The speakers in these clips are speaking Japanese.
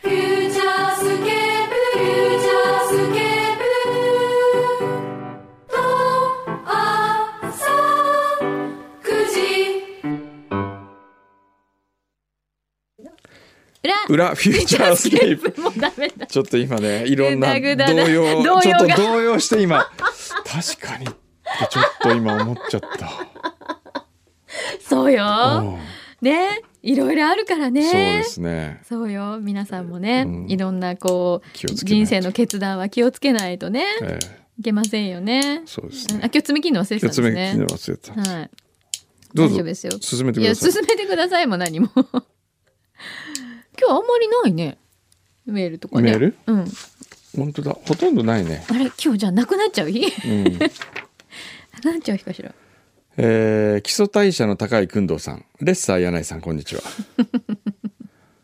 フューチャースケープフューチャースケープ」「とあさ9時」裏裏フューチャースケープもうダメだちょっと今ねいろんなぐ動だぐだな揺動揺がちょっと動揺して今確かにってちょっと今思っちゃったそうおようねいろいろあるからねそうですねそうよ皆さんもね、うんいろんなこう気をつけないと人生の決断は気をつけないとね、ええいけませんよねそうですうんあね今日爪切るの忘れてたんです説明ね聞きの忘れてたはいどう大ぞ丈夫ですよ進めていくだやさい進めてくださいも何も 今日あんまりないねメールとかねメールうん本当だほとんどないねあれ今日じゃあなくなっちゃう日 うんなくなっちゃう日かしらえー基礎代謝の高い工藤さんレッサー柳井さんこんにち は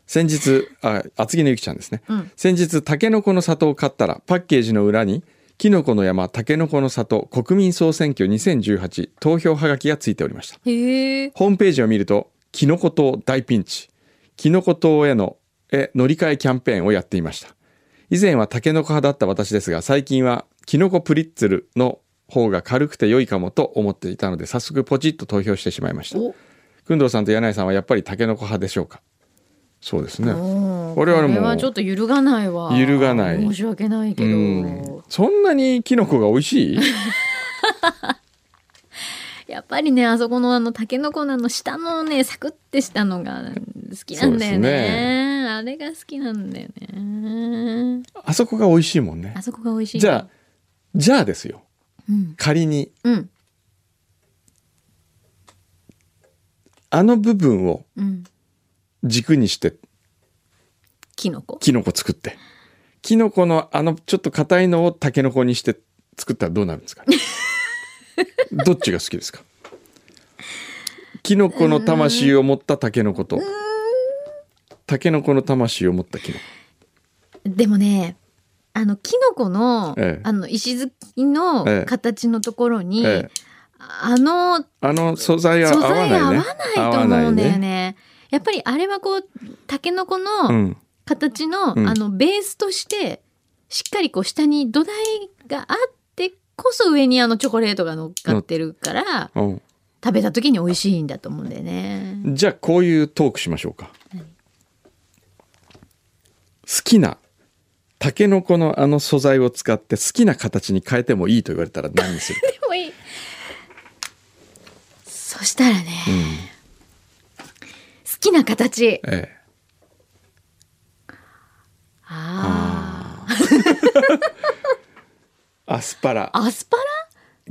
先日あ厚木のゆきちゃんですね、うん先日タケノコの里を買ったらパッケージの裏に「キノコの山タケノコの里国民総選挙2018投票はがき」がついておりましたへえホームページを見ると「キノコ党大ピンチ」「キノコ党へのへ乗り換えキャンペーン」をやっていました以前はタケノコ派だった私ですが最近はキノコプリッツェルの方が軽くて良いかもと思っていたので早速ポチッと投票してしまいましたお工藤さんと柳井さんはやっぱりタケノコ派でしょうかそうですねうん我々もこれはちょっと揺るがないわ揺るがない申し訳ないけど、うんそんなにキノコが美味 しいやっぱりねあそこのあのタケノコのあの下のねサクってしたのが好きなんだよそうですねねあれが好きなんだよねあそこが美味しいもんねあそこが美味しいじゃあじゃあですようん仮にうんあの部分をうん軸にしてキノコキノコ作ってキノコのあのちょっと硬いのをタケノコにして作ったらどうなる んですかどっちが好きですかキノコの魂を持ったタケノコとタケノコの魂を持ったキノコでもねあのキノコの、ええあの石突きのええ形のところに、ええあのあの素材は素合わ材なが合わいねないと思うんだよね合わないねやっぱりあれはこうタケノコうのん形の、うんあのベースとしてしっかりこう下に土台があってこそ上にあのチョコレートが乗っかってるからうん食べた時に美味しいんだと思うんだよね。じゃあこういうトークしましょうか。好きなタケノコのあの素材を使って好きな形に変えてもいいと言われたら何にするか。でもいいそしたらね、好きな形ええ、あアスパラあ。アスパラ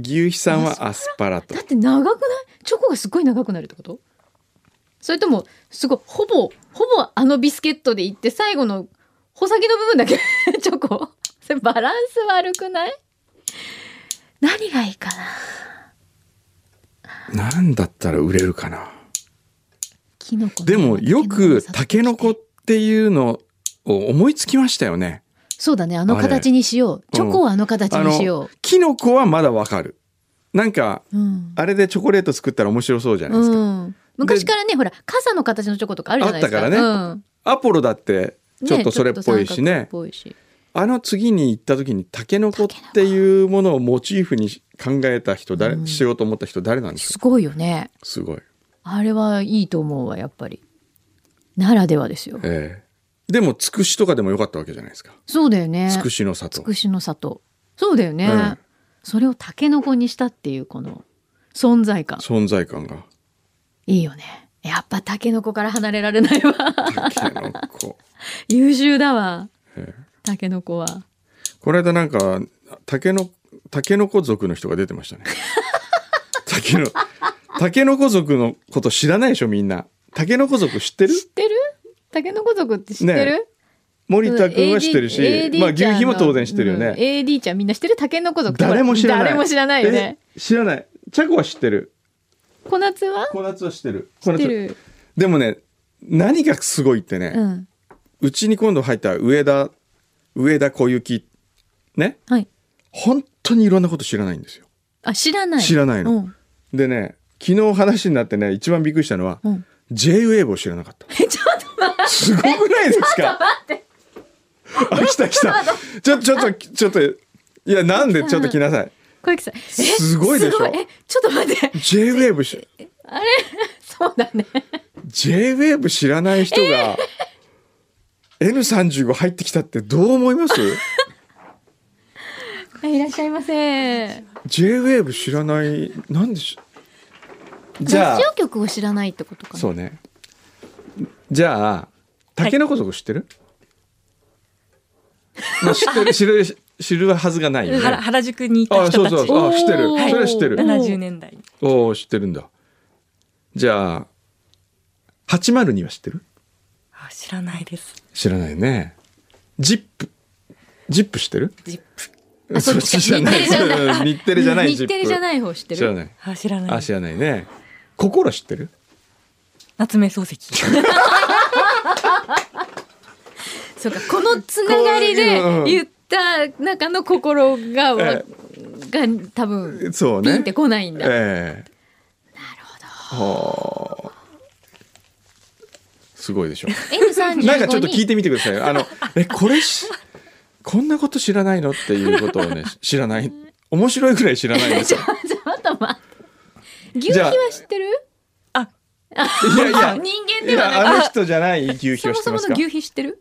牛肥さんはアスパラとだって長くないチョコがすごい長くなるってことそれともすごいほぼほぼあのビスケットでいって最後の穂先の部分だけ チョコそれバランス悪くない何がいいかな何だったら売れるかなキノコねでもよくタケノコっていうのを思いつきましたよねそうだねあの形にしようチョコをあの形あにしよのキノコはまだわかるなんかう、うんあれでチョコレート作ったら面白そうじゃないですか、うん、昔からねほら傘の形のチョコとかあるじゃないですかあったからね、アポロだってうん、ちょっとそれっぽいちょっしねと三角っぽいしあの次に行った時にタケノコっていうものをモチーフに考えた人誰、うんしようと思った人誰なんでしょすごいよねうすごい、あれはいいと思うわやっぱりならではですよええでもつくしとかでもよかったわけじゃないですかそうだよねつくしの里つくしの里そうだよね、うんそれをタケノコにしたっていうこの存在感存在感がいいよねやっぱタケノコから離れられないわ タケノコ優秀だわええタケノコはこの間なんかタケノタケノコ族の人が出て ましたねタケノタケノコ族のこと知らないでしょみんなタケノコ族知ってる知ってるタケノコ族って知ってる、ね森田君は知ってるし、 AD まあ AD ち牛ゃんの皮も当然知ってるよね、うん AD ちゃんみんな知ってるタケノコ族誰も知らない誰も知らないよねえ知らないチャコは知ってる小夏は小夏は知ってる知って小夏るでもね何がすごいってうねんうち、に今度入った上田上田小雪ねはい本当にいろんなこと知らないんですよあ知らない知らないのうんでね昨日話になってね一番びっくりしたのは、うん J-WAVE を知らなかったえちょっと待っすごくないですてか待ってあ来た来たちょちょっとちょっといやなんでちょっと来なさい小池さんえすごいでしょえちょっと待って J-WAVE しあれそうだね J-WAVE 知らない人が N35 入ってきたってどう思いますいらっしゃいませ ?J-WAVE 知らないなんでしじゃラあジオ局を知らないってことかなそうねじゃあタケノコ族知ってる、まあ知ってる知る知るはずがないよ原ね。原宿にいたあ人そうたちそうそうあ知ってるおそーれは知ってるはい70年代おお知ってるんだじゃあ802は知ってるあ知らないです知らないよねジップジップ知ってるジップあそっちかじゃない日テレじゃないうん日テレ日テレじじゃないゃいない方知ってる知らないあ知らないあ知らないね心知ってる夏目漱石 そうかこのつながりでこういううん言った中の心が、わえが多分そうピねンってこないんだ、ええなるほどはあすごい でしょ N35 なんかちょっと聞いててみてくださいあのえこれしこんなこと知らないのっていうことをね知らない面白いぐらい知らないんです よちょっと 待って牛皮じゃあは知ってるあいやいや人間いではなやあいの人じゃない牛皮そをもしてそまもすのか牛皮知ってる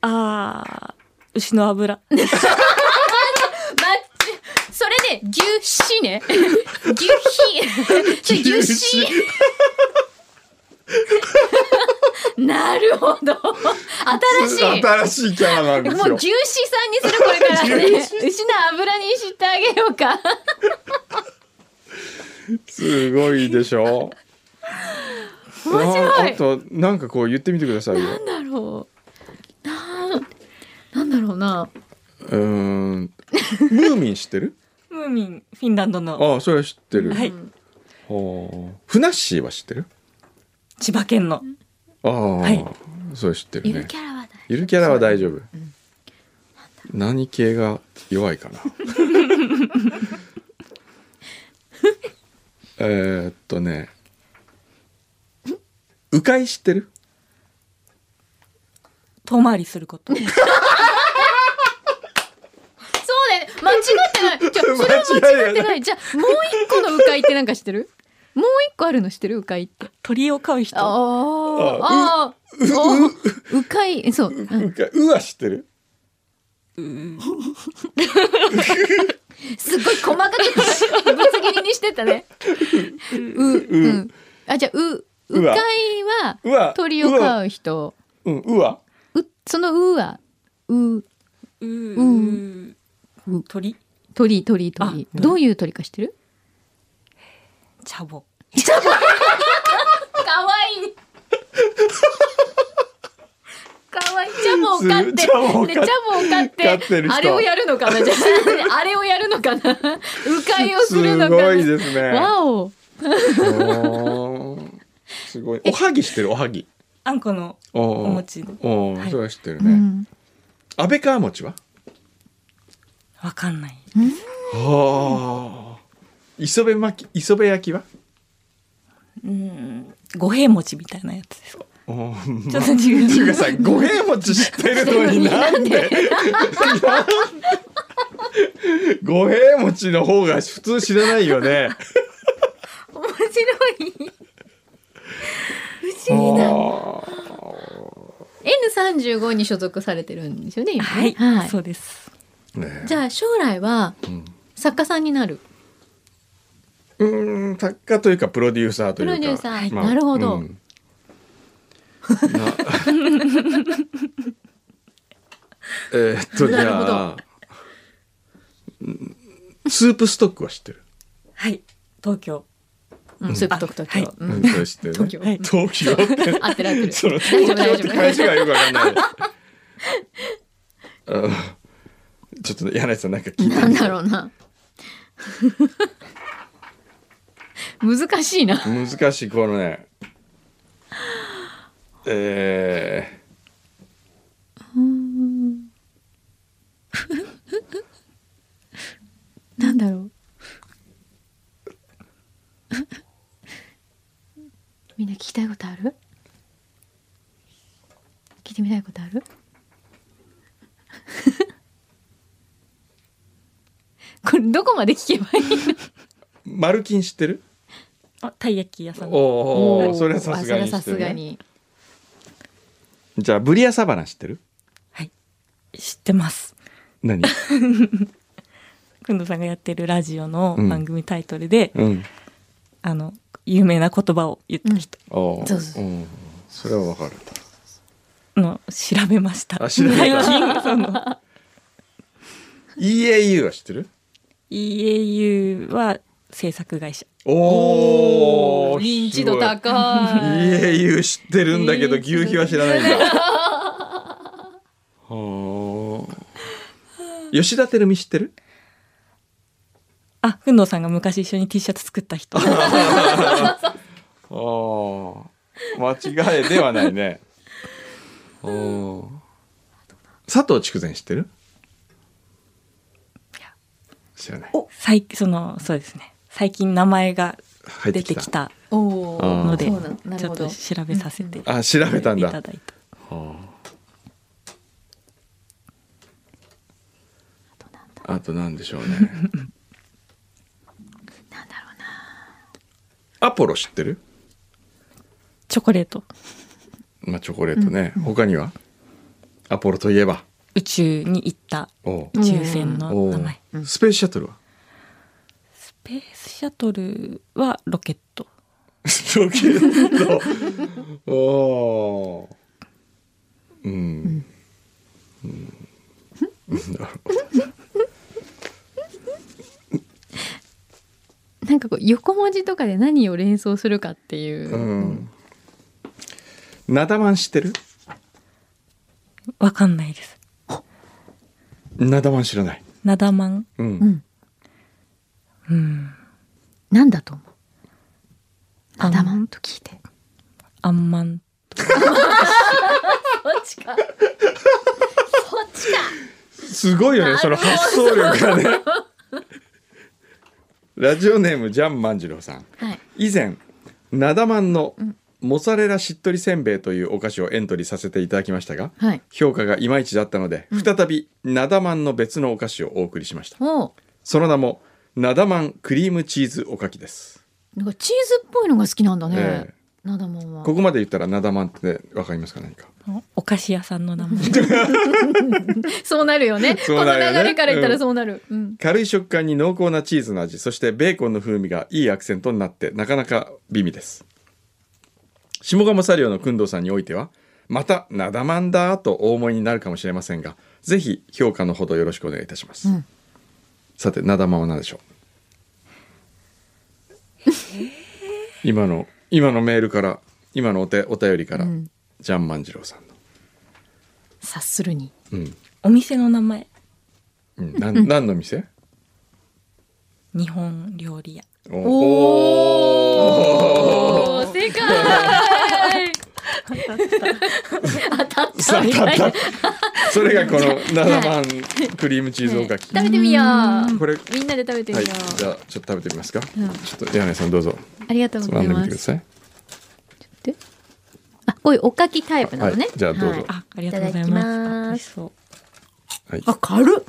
あー牛の油待ってそれね牛皮 ね牛皮それ牛皮なるほど新しい新しいキャラなんでもうす牛よ脂さんにするこれからね牛牛の油にしてあげようかすごいでしょ面白いああとなんかこう言ってみてくださいよなんだろうなんなんだろうなうーんムーミン知ってるムーミンフィンランドのああそれは知ってる、はいほうふなっしーは知ってる千葉県のああ、いそれ知ってるゆるねキャラはゆるキャラは大丈夫、何系が弱いかなえーっとね迂回知ってる遠回りすることそうだよね間違ってない じゃそれは間違ってないじゃあもう一個の迂回ってなんか知ってるもう一個あるの知ってる迂回って鳥を飼う人あああああ迂回そううんうかうは知ってるすっごい細かく ぶつ切りにしてたねううんあじゃあうう迂わ回はうは鳥を飼う人うはうんうはうそのうはううーう鳥鳥鳥鳥どういう鳥か知ってる茶坊かわいいかわいいチャボを飼ってチャボを飼っでてチャボを飼って飼ってる人あれをやるのかなじゃ ああれをやるのかな迂回をするのかなごいですねわおおーすごいおはぎ知ってるおはぎあんこのおお餅おお、はいそれは知ってるうね、ん安倍川餅はわかんないはあ磯辺巻き磯辺焼きはうん五平餅みたいなやつですかおーちょっと違うっていうかさ五平餅知ってるのになんで 五平餅の方が普通知らないよね面白い不思議だ N35 に所属されてるんですよね今はい、ねそうですねじゃあ将来はうん作家さんになるうーん作家というかプロデューサーとプいうかロデューサー、まあなるほど、うんな えーっとじなるほゃあうんスープストックは知ってる、はい東京うん、そういうこと東京、はいうんうん、それ知ってる、ね、東京、はい東京って合ってる合ってるその大丈夫大東京って丈返しがよくわかんないうんちょっとね柳井さんなんか聞いてなんだろうな 難しいな難しいこのねえなんだろう みんな聞きたいことある聞いてみたいことある これどこまで聞けばいいのー、マルキン知ってるあ、たい焼き屋さおん。おおーそれはさすがにあそれは知さってするねがにじゃあブリアサバナ知ってる知ってます。何、くんどうさんがやってるラジオのうん番組タイトルで、うん、あの、有名な言葉を言った人おー、そうそうんそれはわかるの調べました。あ 調べた最近、その、 EAU は知ってる EAU は制作会社。おお認知度高 い EAU 知ってるんだけど認知度牛皮は知らないんだはあ吉田照美知ってるあ、くんどうさんが昔一緒に T シャツ作っ た人。あー間違いではない ね。おー佐藤筑前知ってる知らない。最その、そうですね。最近名前が入っ出てきてた。きたおあーおので、そうななちるほょっとど調べさせていあ調べたんただ。だいた。あとなんでしょうね。なんだろうなアポロ知ってるチョコレート。まあチョコレートね。他にはアポロといえば。宇宙に行ったおう宇宙船のおう名前。スペースシャトルは スペースシャトルはロケット。ロケット。おーうん。うん。なるほどなんかこう横文字とかで何を連想するかっていうう、ん。ナダマン知ってるわかんないです。ナダマン知らない。ナダマン。うん。うんうん。なんだと思うアンダマンと聞いてアンマン。そっちかそっちかすごいよね、その発想力がね。 ラジオネームジャン万次郎さん。はい以前、ナダマンのモッツァレラしっとりせんべいというお菓子をエントリーさせていただきましたが、はい評価がいまいちだったので、再びナダマンの別のお菓子をお送りしました。おうその名も、ナダマンクリームチーズおかきです。なんかチーズっぽいのが好きなんだね、ええナダマンはここまで言ったらナダマンってわかりますか何か。お菓子屋さんの名前。そうなるよね そうなるよねこの流れから言ったらそうなる、うん軽い食感に濃厚なチーズの味そしてベーコンの風味がいいアクセントになってなかなか美味です下鴨砂料の工藤さんにおいてはまたなだまんだとお思いになるかもしれませんがぜひ評価のほどよろしくお願いいたします、うんさてなだまんは何でしょう今の今のメールから今のお手お便りから、うんジャン万次郎さんの、察するにうんお店の名前。う ん、なん何の店日本料理屋。おおー正解当たったさあみたいなたった それがこの7番クリームチーズおかき、食べてみようこれみんなで食べてみはよ、いうじゃあちょっと食べてみますか、うんちょっと柳井さんどうぞありがとうつございまんでみまてくだすさいあこういうおかきタイプなのね、はいじゃあどうぞあ、ありがとうございいただまきす。ますあ美味しそう。はいあ軽っ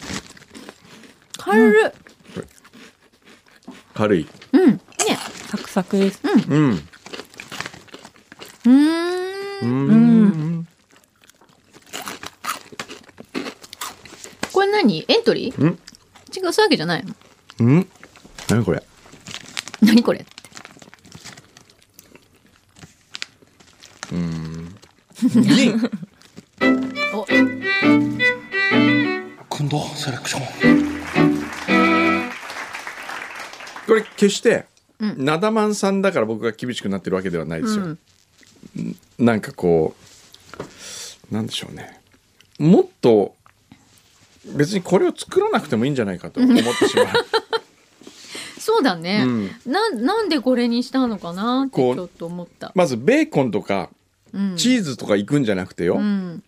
軽っ軽いうん、ねサクサクです。うんううーんーんこれ何エントリーうん違うそういうわけじゃないのうん何これ何これ銀 お近藤セレクションこれ決して、うんなだまんさんだから僕が厳しくなってるわけではないですよ、うんなんかこうなんでしょうねもっと別にこれを作らなくてもいいんじゃないかと思ってしまうそうだね、うななんでこれにしたのかなってちこうょっと思った、まずベーコンとかうん、チーズとかいくんじゃなくてよ、うん、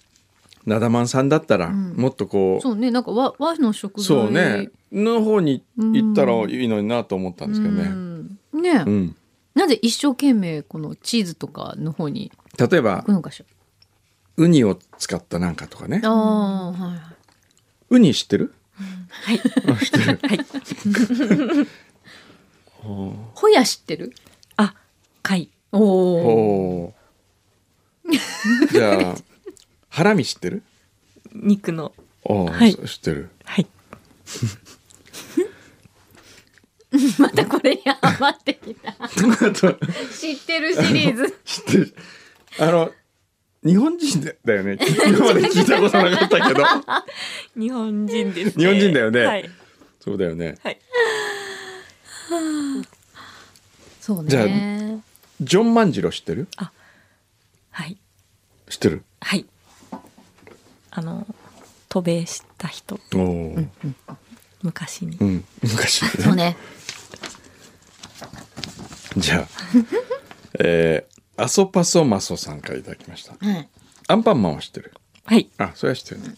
なだまんさんだったらんもっとこう、そうねなんか和和の食材そうねの方に行ったらいいのになと思ったんですけどうね、んねうんなぜ一生懸命このチーズとかの方に例えば行くのかしウニを使ったなんかとかねら、ああーはいはいウニ知ってるはい。あ知ってるホヤ知ってるあ、貝。おおおおーじゃ あハラミ知ってる肉の。ああ、はい知ってるはい。またこれにハマってきたあと知ってるシリー ズ知ってるあの日本人だだよね今まで聞いたことなかったけど日本人です、日本人だよねはい。そうだよねはい。そうじゃねジョン万次郎知ってるはい。知ってるはい。あの、渡米した人、おおー、昔にう。ん、昔ねそうねじゃあえー、アソパソマソさんからいただきましたはいアンパンマンは知ってるはい。あそれは知ってるね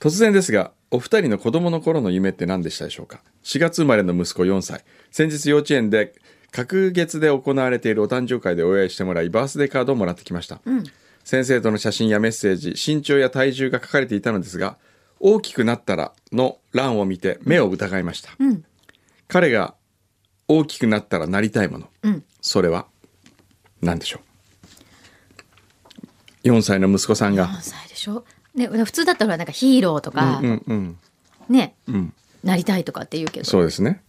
突然ですがお二人の子供の頃の夢って何でしたでしょうか4月生まれの息子4歳先日幼稚園で隔月で行われているお誕生会でお祝いしてもらいバースデーカードをもらってきました、先生との写真やメッセージ身長や体重が書かれていたのですが「大きくなったら」の欄を見て目を疑いました、ん彼が大きくなったらなりたいもの、うんそれは何でしょう4歳の息子さんが4歳でしょね普通だったらほらなんかヒーローとか、うんうんねうんうんなりたいとかって言うけどそうですね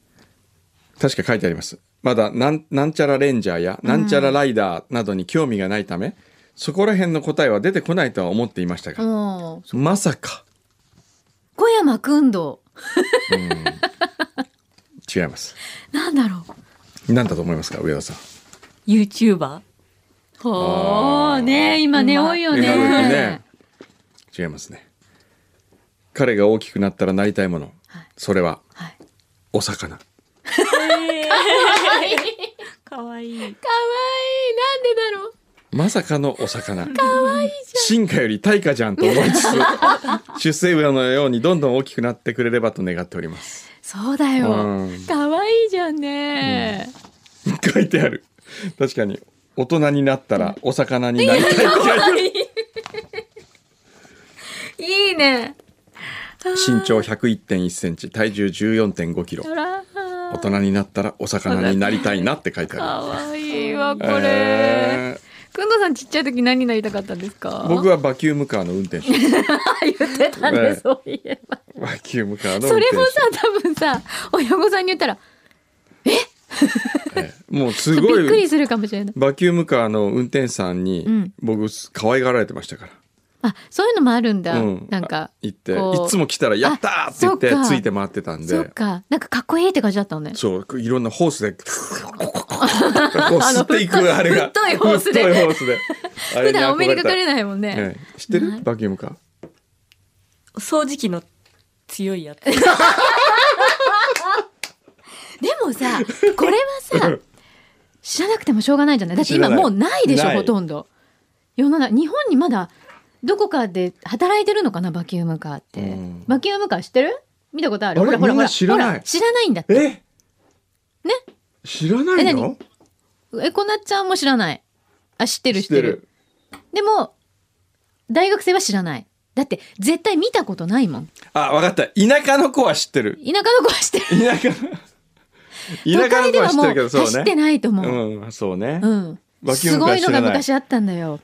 確か書いてありますまだなんなんちゃらレンジャーやなんちゃらライダーなどに興味がないため、そこら辺の答えは出てこないとは思っていましたが、うんまさか小山君堂違いますなんだろ何だと思いますか上田さん YouTuber。うほうね今ね多いよ今時ねね違いますね彼が大きくなったらなりたいもの、はいそれははいお魚 かわいい。かわいいなんでだろうまさかのお魚進化より退化じゃんと思い つつ出世魚のようにどんどん大きくなってくれればと願っておりますそうだようんかわいいじゃんね書いてある確かに大人になったらお魚になりたいって書いてあ るいいね身長101.1センチ体重14.5キロほら大人になったらお魚になりたいなって書いてかあるわいいわこれえくんどさんちっちゃい時何になりたかったんですかー僕ははバキュームカーの運転手 言ってたええねそういえばバキュームカーのそ運れ転もさ多分さ親御さんに言ったら手、えーもうすごびっくりいするかもしれないバキュームカーの運転手さうんにん僕可愛がられてましたかあそういうのもあるんだら、うんなんか行っていこうつも来たら「やった!」って言ってあそうかついて回ってたんそでっかなんかかっこいいって感じだったのねそう、いろんなホース で、こう吸っていくあれが。太いホースで太いホースで。あ普れに憧れた段お目にかかれないもんね、ええ知ってなるいバキュームカー。掃除機の強いやつ。でもさ、これはさ、知らなくてもしょうがないじゃない。だって今知らないもうないでしょ、ないほとんど。世の中、日本にまだ、どこかで働いてるのかな、バキュームカーって。うんバキュームカー知ってる見たことあるあれほらほらほみんら。な知らないほら知らないんだって。えね知らないのえ、こなっちゃんも知らない。あ、知ってる知ってる。知でも、大学生は知らない。だって、絶対見たことないもん。あ、わかった。田舎の子は知ってる。田舎の子は知ってる。田 舎の。都田舎の会子ではは知っもてうるけど、そう走ってね。ないと思う。うん、そうね。うん。バキューすムカごーい知のがらない昔あったんだよ。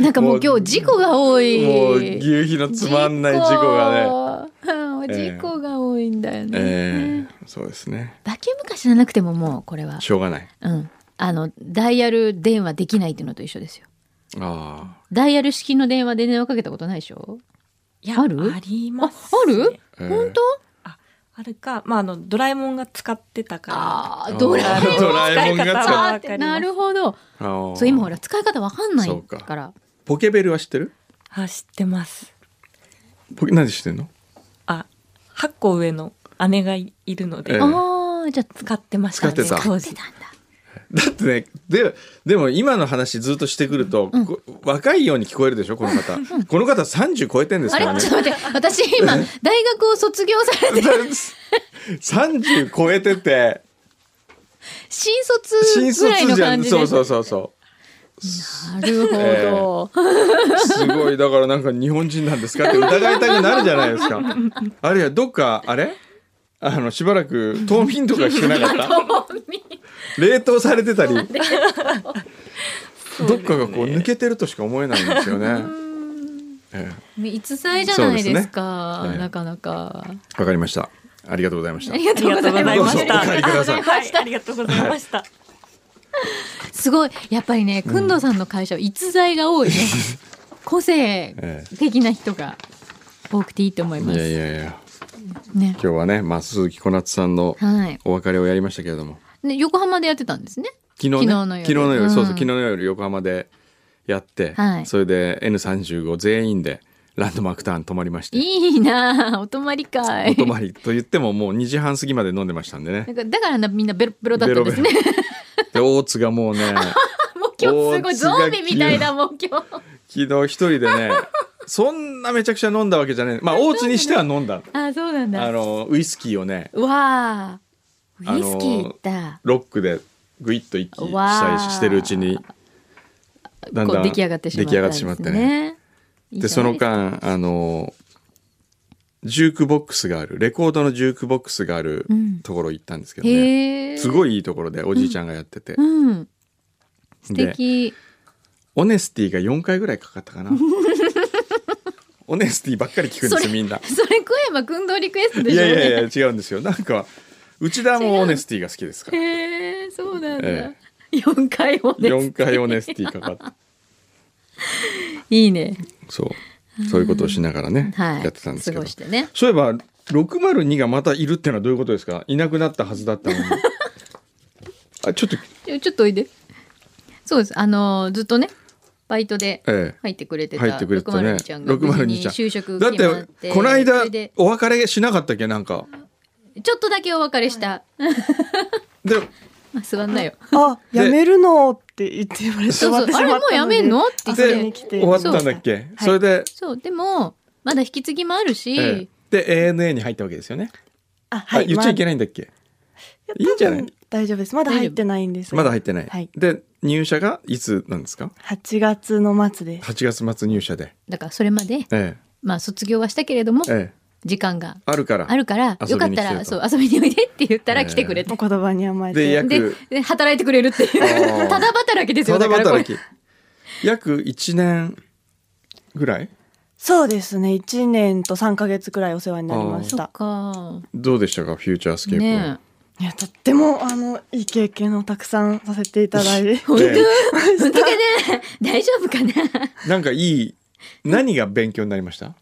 なんかもう今日事故が多い。もう、牛皮のつまんない事故がね。ねえ事え故が多いんだよね。ええ、そうですね。バキュームカー知らなくてももうこれは、しょうがない。うん、あのダイヤル電話できないっていうのと一緒ですよ。あダイヤル式の電話で電話かけたことないでしょ。いやあるあります、ああるあ。ええ本当？ああるか、まあ、あの、ドラえもんが使ってたから。ああードラえもんドラえもんが使使い方っはかわっかてりますなるほど。あーそう今ほら使い方わかんないそうかから。ポケベルは知ってるあ知ってますポケ何で知ってんのあ8個上の姉がいるので、ええああじゃあ使ってましたね使ってた当時だってねででも今の話ずっとしてくると、こ若いように聞こえるでしょこの方この方30超えてんですあかれちょらっとね待って私今大学を卒業されて30超えてて新新卒ぐらい卒のじゃ感んじそうでそうそうそうなるほど、すごいだからなんか日本人なんですかって疑いたくなるじゃないですか。あるいはどっかあれあのしばらく冬眠とかしてなか った冷凍されてたりどっかがこう抜けてるとしか思えないんですよね。え逸材じゃないですかそうですねええなかなか、えわかりました。ありがとうございましたあ。りがあとりうごがとざうごいざますいましたどうぞお帰りくださいはい、ありがとうございました、すごいやっぱりねくんどさんの会社は逸材が 多いね個性的な人が多くていいと思いまいす、やいやいやね今日はね、まあ、鈴木小夏さんのはいお別れをやりましたけれどもね横浜でやってたんですね昨日,、ね、昨日の夜昨日の夜、うんそうそう昨日の夜横浜でやって、はいそれで N35 全員でランドマークターン泊まりましていいなあお泊まり会お泊まりと言ってももう2時半過ぎまで飲んでましたんでね なんかだからなみんなベロベロだったんですねベロで大津がもうねもう今日すごい大津がゾンビみたいだもん今日昨日一人でねそんなめちゃくちゃ飲んだわけじゃねえまあ大津にしては飲んだあそうなんだあのウイスキーをねうわああウのイスキーだ、ロックでグイッと一気にしたりわーしてるうちにだんこだうん出来上がってしまったんです、ね、出来上がってしまっていいねじゃないでその間あのジュークボックスがあるレコードのジュークボックスがあるうんところ行ったんですけどね、へえすごいいいところでおじいちゃんがやってて、うん素で敵オネスティが4回ぐらいかかった かなオネスティばっかり聞くんですよみんな それ小山くんどリクエストでいしょうやねいやいや違うんですよなんか内田もオネスティが好きですからへえそうなんだ、え4回もね4回オネスティかかって いいねそうそういうことをしながらね、はいやってたんですけ過どごしてねそういえば602がまたいるってのはどういうことですかいなくなったはずだったのにあちょっとちょちょっとおいでそうですあのーずっとねバイトでええ入ってくれてた入ってくれてたね602ちゃんが無事に就職だっ決まっててこの間それでお別れしなかったっけなんかちょっとだけお別れした、であ座んなよあ、やめるのって言って言われてそ終うわそっうてしあれまもっうたやのめでんのって言っ遊びてに来て終わったんだっけそれで、そうでもまだ引き継ぎもあるし、ええで ANA に入ったわけですよね、あ、はあい、言っちゃいけない。ないんだっけやいいんじゃない多分大丈夫です。まだ入ってないんです。まだ入ってない、はいで入社がいつなんですか8月の末です。 8月末入社でだからそれまでえまあ卒業はしたけれどもえええ時間があるからあるからよ遊びかっに来てたるとらそう遊びにおいでって言ったえらえ来てくれてお言葉に甘えでて。約でで働いてくれるっていあーうただ働きですよただかだらこれ働き約1年ぐらいそうですね。1年と3ヶ月くらいお世話になりまし。そったかどうでしたかフューチャースケープはねいや、とっても、あの、いい経験をたくさんさせていただいて。 え本当え本当かな 大丈夫かななんかいい何が勉強になりました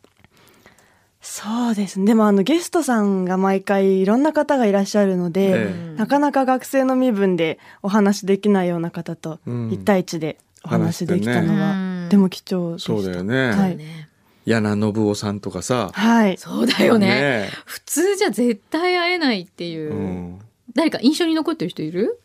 そうですね。でも、あの、ゲストさんが毎回いろんな方がいらっしゃるので、えなかなか学生の身分でお話しできないような方とうん一対一でお話しできた話のしてねは、でも貴重でした。そうだよね、はいね柳信夫さんとかさはい。そうだよねね普通じゃ絶対会えないっていう、うん誰か印象に残ってる人いる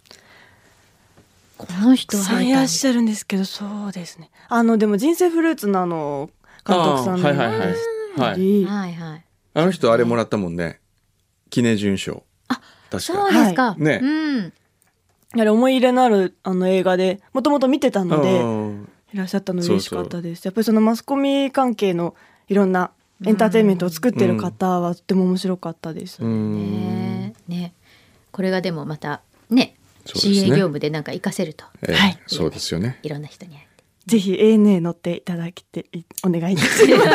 この人はさん会えいたらみったいしゃるんですけど、そうですね。あの、でも人生フルーツのあの、監督さんあーはいはいはいだはいりはいはいあの人あれもらったもんね記念準賞確そかうですか、いねうんやはり思い入れのあるあの映画で、もともと見てたのうで、んいらっしゃったの嬉しかったです。やっぱりそのマスコミ関係のいろんなエンターテインメントを作ってる方はとても面白かったです。うんねえねこれがでもまたねそうですね CA 業務でなんか活かせるとええはいそうですよねいろんな人に会えてぜひ ANA 乗っていただきてい、お願いいたし ます。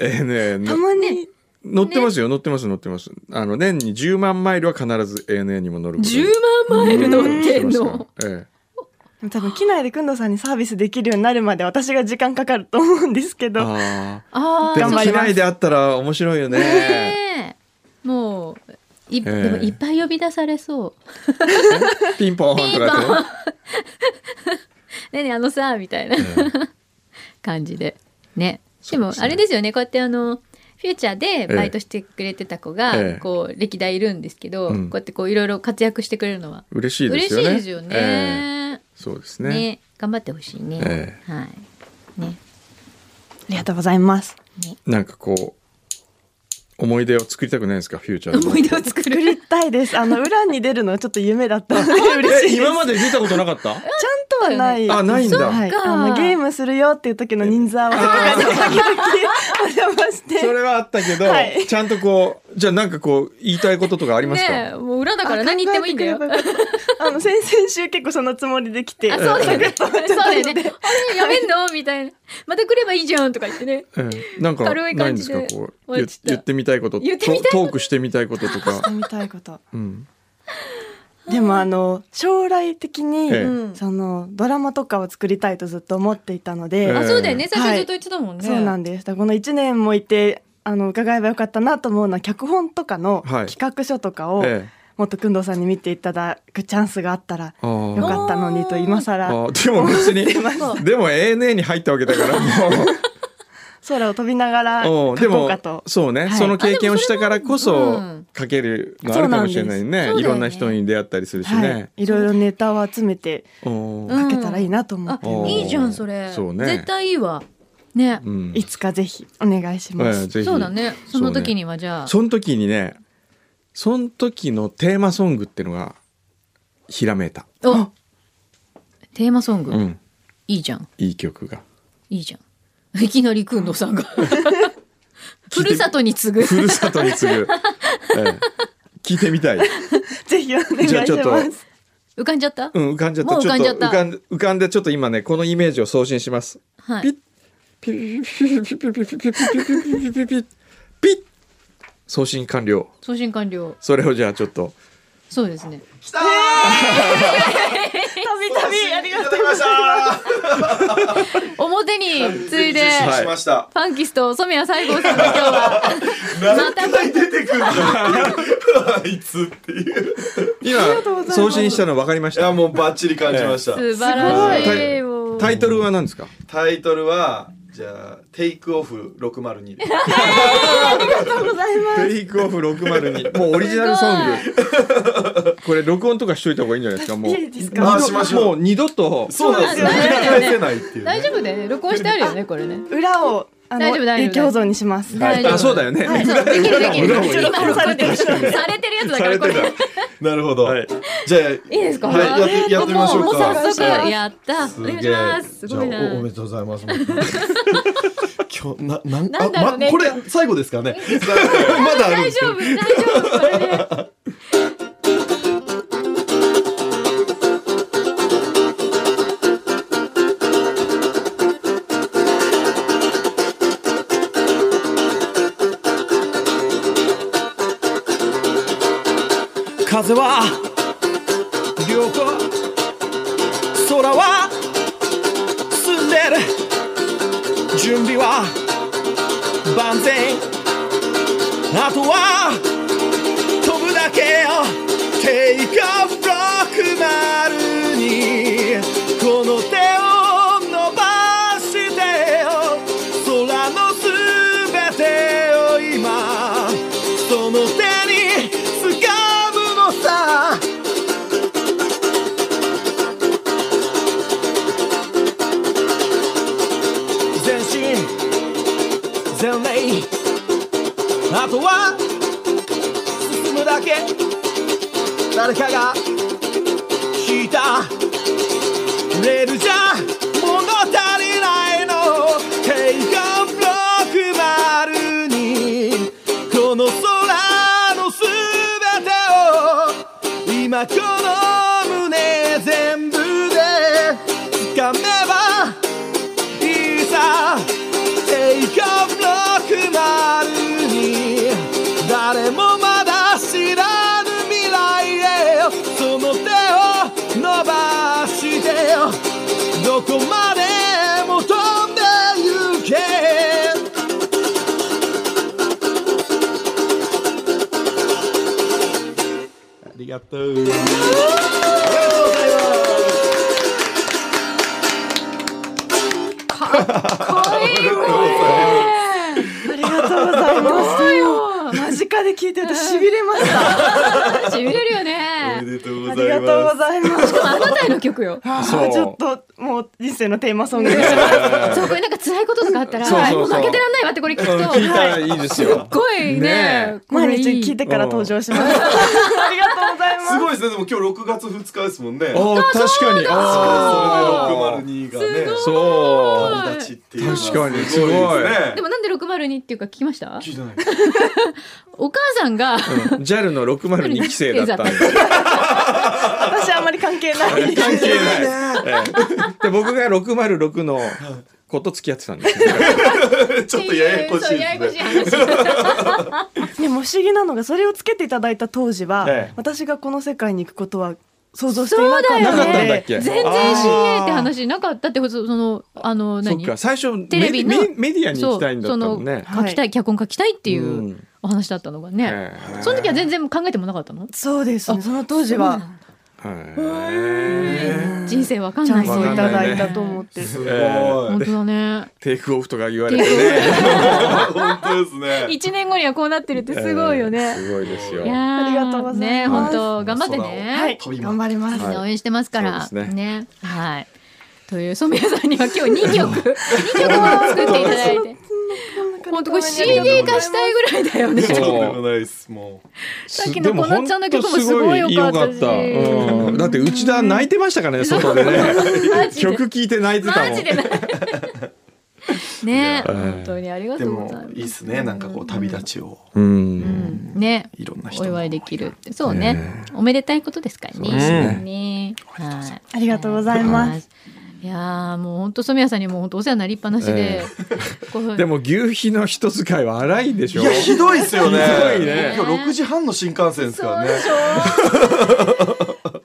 ええねたまに、乗ってますよ、乗ってます乗ってますあの年に10万マイルは必ず ANA にも乗ることに万マイル乗ってますからえ多分機内でくんどさんにサービスできるようになるまで私が時間かかると思うんですけえど、ああああで頑も張機ります内であったら面白いよねねえもうい,、ええでもいっぱい 呼び出されそうピンポーンとかってねねえねえあのさみたいなうん 感じでねそでうでもすねあれですよねこうやってあのフューチャーでえバイトしてくれてた子が、ええこう歴代いるんですけど、うんこうやってこういろいろ活躍してくれるのは嬉しいで嬉すしよいね。ですよね。ええそうですねね。頑張ってほしいね。えはい。ね。りがとうございます。なんかこう思い出を作りたくないですかフューチャーの思い出を作作る。りたいです。あの裏に出るのはちょっと夢だったので嬉しいです。ちゃ今んまで出たことなかったとはない。あないんだはい、そっかあのゲームするよっていう時の人数合わせとかで時々お邪魔して。それはあったけど、はいちゃんとこうじゃあなんかこう言いたいこととかありますか、ねえもう裏だから何言ってもいいんだよ。あ考えてくればよかったあの先々週結構そのつもりで来て、あ、そうだ よね。そうちゃっただよね。あれやめんのみたいな。また来ればいいじゃんとか言ってね。ええなんか軽いな感いんでじすでかこう終わ言っちゃった言ってみたいこと言ってみたいことトークしてみたいこととしてか、みたいこと。うん、でもあの将来的に、ええうんそのドラマとかを作りたいとずっと思っていたので、ええあ、そうだよね。最は初いずっと言ってたもんね。そうなんですだからこの1年もいてあの伺えばよかったなと思うのは脚本とかのはい企画書とかを、ええもっと工藤さんに見ていただくチャンスがあったらあよーかったのにと今更あーでも別にます でも ANA に入ったわけだから空を飛びながらもうう書んでこうもかと。そうね、はいその経験をしたからこあでもそそれもうん書けるのあるかもしれないねそうなんですいろんな人に出会ったりするしね、い、いろいろネタを集めておーうん書けたらいいなと思っあて、おーいいじゃんそれ。そうね絶対いいわ。ね。うんいつかぜひお願いしまええす。ぜひそうだね。そのそうね時にはじゃあ。その時にねその時のテーマソングってのがひらめいた、おテーマソング、うん、いいじゃんいい曲がいいじゃん いきなりくんの さんがふるさとに次ぐふるさとに次ぐ、ええ聞いてみたい、ぜひお願いしじゃあちょっとます。浮かんじゃった、うん、浮かんじゃったもう浮かんじゃょっったと浮かん浮かんでちょっと今ねこのイメージを送信しますはいピッピッピッピッピッピッピッピッピッピッピッピッピッピッピッピッ送信完了送信完了それをじゃあちょっとそうですねたびたびありがとうました。表に次いで、はしました。ファンキスト染谷西郷さんが今日はまた出てくるんだよ。あいつっていう。今送信したの分かりましいやたもうバッチリ感じました。素晴らしいもうタイトルは何ですかタイトルはじゃあテイクオフ六マル二。テイクオフ602もうオリジナルソングこれ録音とかしといた方がいいんじゃないですかもういいですあかーしましょうもう二度とそうなんですよ。 そうなんだ返せないっていうね。大丈夫だよね録音してあるよねこれね裏をあ大の丈夫大丈影夫響像にします。大丈夫あそうだよね、そうできるできる裏を裏を今録音できるされてるやつださかれらこてれいた。なるほど。はいじゃあいいですか、はいやってやってみましょうかもう早速やったおす願いげしえますすじゃあごいなおおめでとうございます。 今日ななんなんだろうねあまこれ最後ですかね。 まだあるんで大すけど丈夫大丈夫これで風は良好空は澄んでる準備は万全あとは飛ぶだけよテイクオフ602この手を伸ばしてよ空のすべてを今その手に掴むのさ全身全霊あとは進むだけ誰かが引いたレールじゃ物足りないのテイクオフ602この空のすべてを今この胸全部で掴めばいいさテイクオフ602誰もまだ知らぬ未来へその手を伸ばしてよどこまでも飛んで行けありがとう。ありがとうございます。ありがとうございます。間近で聞いて私しびれました。しびれるよおめね。でとうあござりがいとうま。ございましす。かもあなたへの曲よ。あそうーちょっともう人生のテーマソングで したそうこれなんか辛いこととかあったら、そうそうそうもう負けてらんないわってこれ聞くと、うん聞いたらいいですよすっごいね。ねこれ毎日聞いてから登場しました。ありがとうございますすごいですね。でも今日6月2日ですもんね。あー確かにあそれでー602がね。そう友達っていうのは確かにすごいですね。でもなんで602っていうか聞きました聞いてない。お母さんが、 JAL の602期生だったんです私あんまり関係な関い。係ない。ええで僕が606のこと付き合ってたんですよ。ちょっとややこしいそうややこでしすいね。話。でも不思議なのがそれをつけていただいた当時は、ええ私がこの世界に行くことは想像していなかったそうだよねなかったんだっでけ？全然 CA って話なかったってこと、その、あの、あーそ何っか最初メテレビのメメディアに行きたいんだったもんね。そうその書きたい、脚本書きたいっていうんうお話だったのがね、ええその時は全然考えてもなかったの、そうですねその当時はへえ人生わかんチャなンいスしをいただいたと思って、すごい。本当だねテイクオフとか言われてね。本当ですね。一年後にはこうなってるってすごいよええね、すごいですよ。いやはーありがとうございますね本当頑張ってね、はい飛び頑張ります、はい応援してますから、そうですねはいという染谷さんには今日2曲2 曲も作っていただいて 本当これ CD 化したいぐらいだよねとんでもないです。もさっきのこなっちゃんの曲もすごい良かったしでも本当すごい良かったうんだって内田泣いてましたからね外でねマジで曲聴いて泣いてたマもんジでないねいや本当にありがう。でとうごもざいますいいですね。なんかこう旅立ちをうんねいろんな人おの祝いできるってそうね、おめでたいことですからねですねねはいありがとうございますいやーもう本当染谷さんにも本当お世話になりっぱなしで、こうでも牛皮の人使いは荒いでしょいやひどいですよね。ひどいね今日6時半の新幹線ですからね。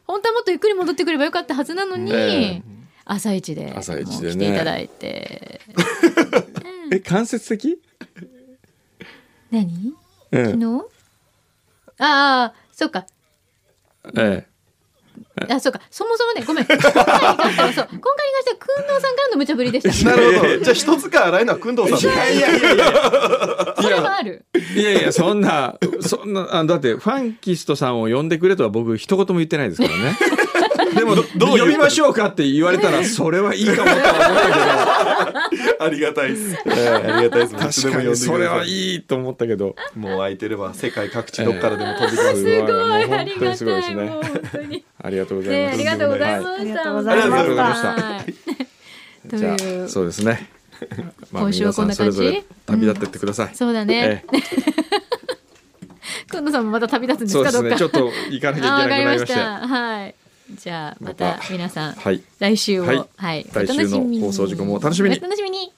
本当はもっとゆっくり戻ってくればよかったはずなのに、え朝一で朝一もうでね来ていただいてえ間接的何え昨日ああそうかえあそうかそもそもねごめん今回に関してはそう今回に関してはくんどうさんからの無茶ぶりでしたなるほど。じゃあ一つか荒いのは工藤さん。いやいやいやそれもあるいやいやそんなそんなあだってファンキストさんを呼んでくれとは僕一言も言ってないですからねでもどう呼びましょうかって言われたらそれはいいかもとはありがたいです。思ったけど、ありがたいです。ええいつでも確か呼んでにくださそれはいいと思ったけどもう空いてれば世界各地どっからでも飛んできます。すすごいもうあ本り当がにすごいでたすいねもう本当にありがとうございねますありがとうございまはしありがたとうございましたありがとうございはい とましたじゃいあうそうですね、まあ、今週はこんな感じ皆さそれぞれ旅立ってってください、そうだねええくんどうさんもまた旅立つんでそうすでかすどっかねちょっと行かなきあゃーいわかりまけなくなりしましてた。はい。じゃあままたた皆さん、はい来週を、はいはい、お楽来週しみのに放送事故もお楽しみにお楽しみに。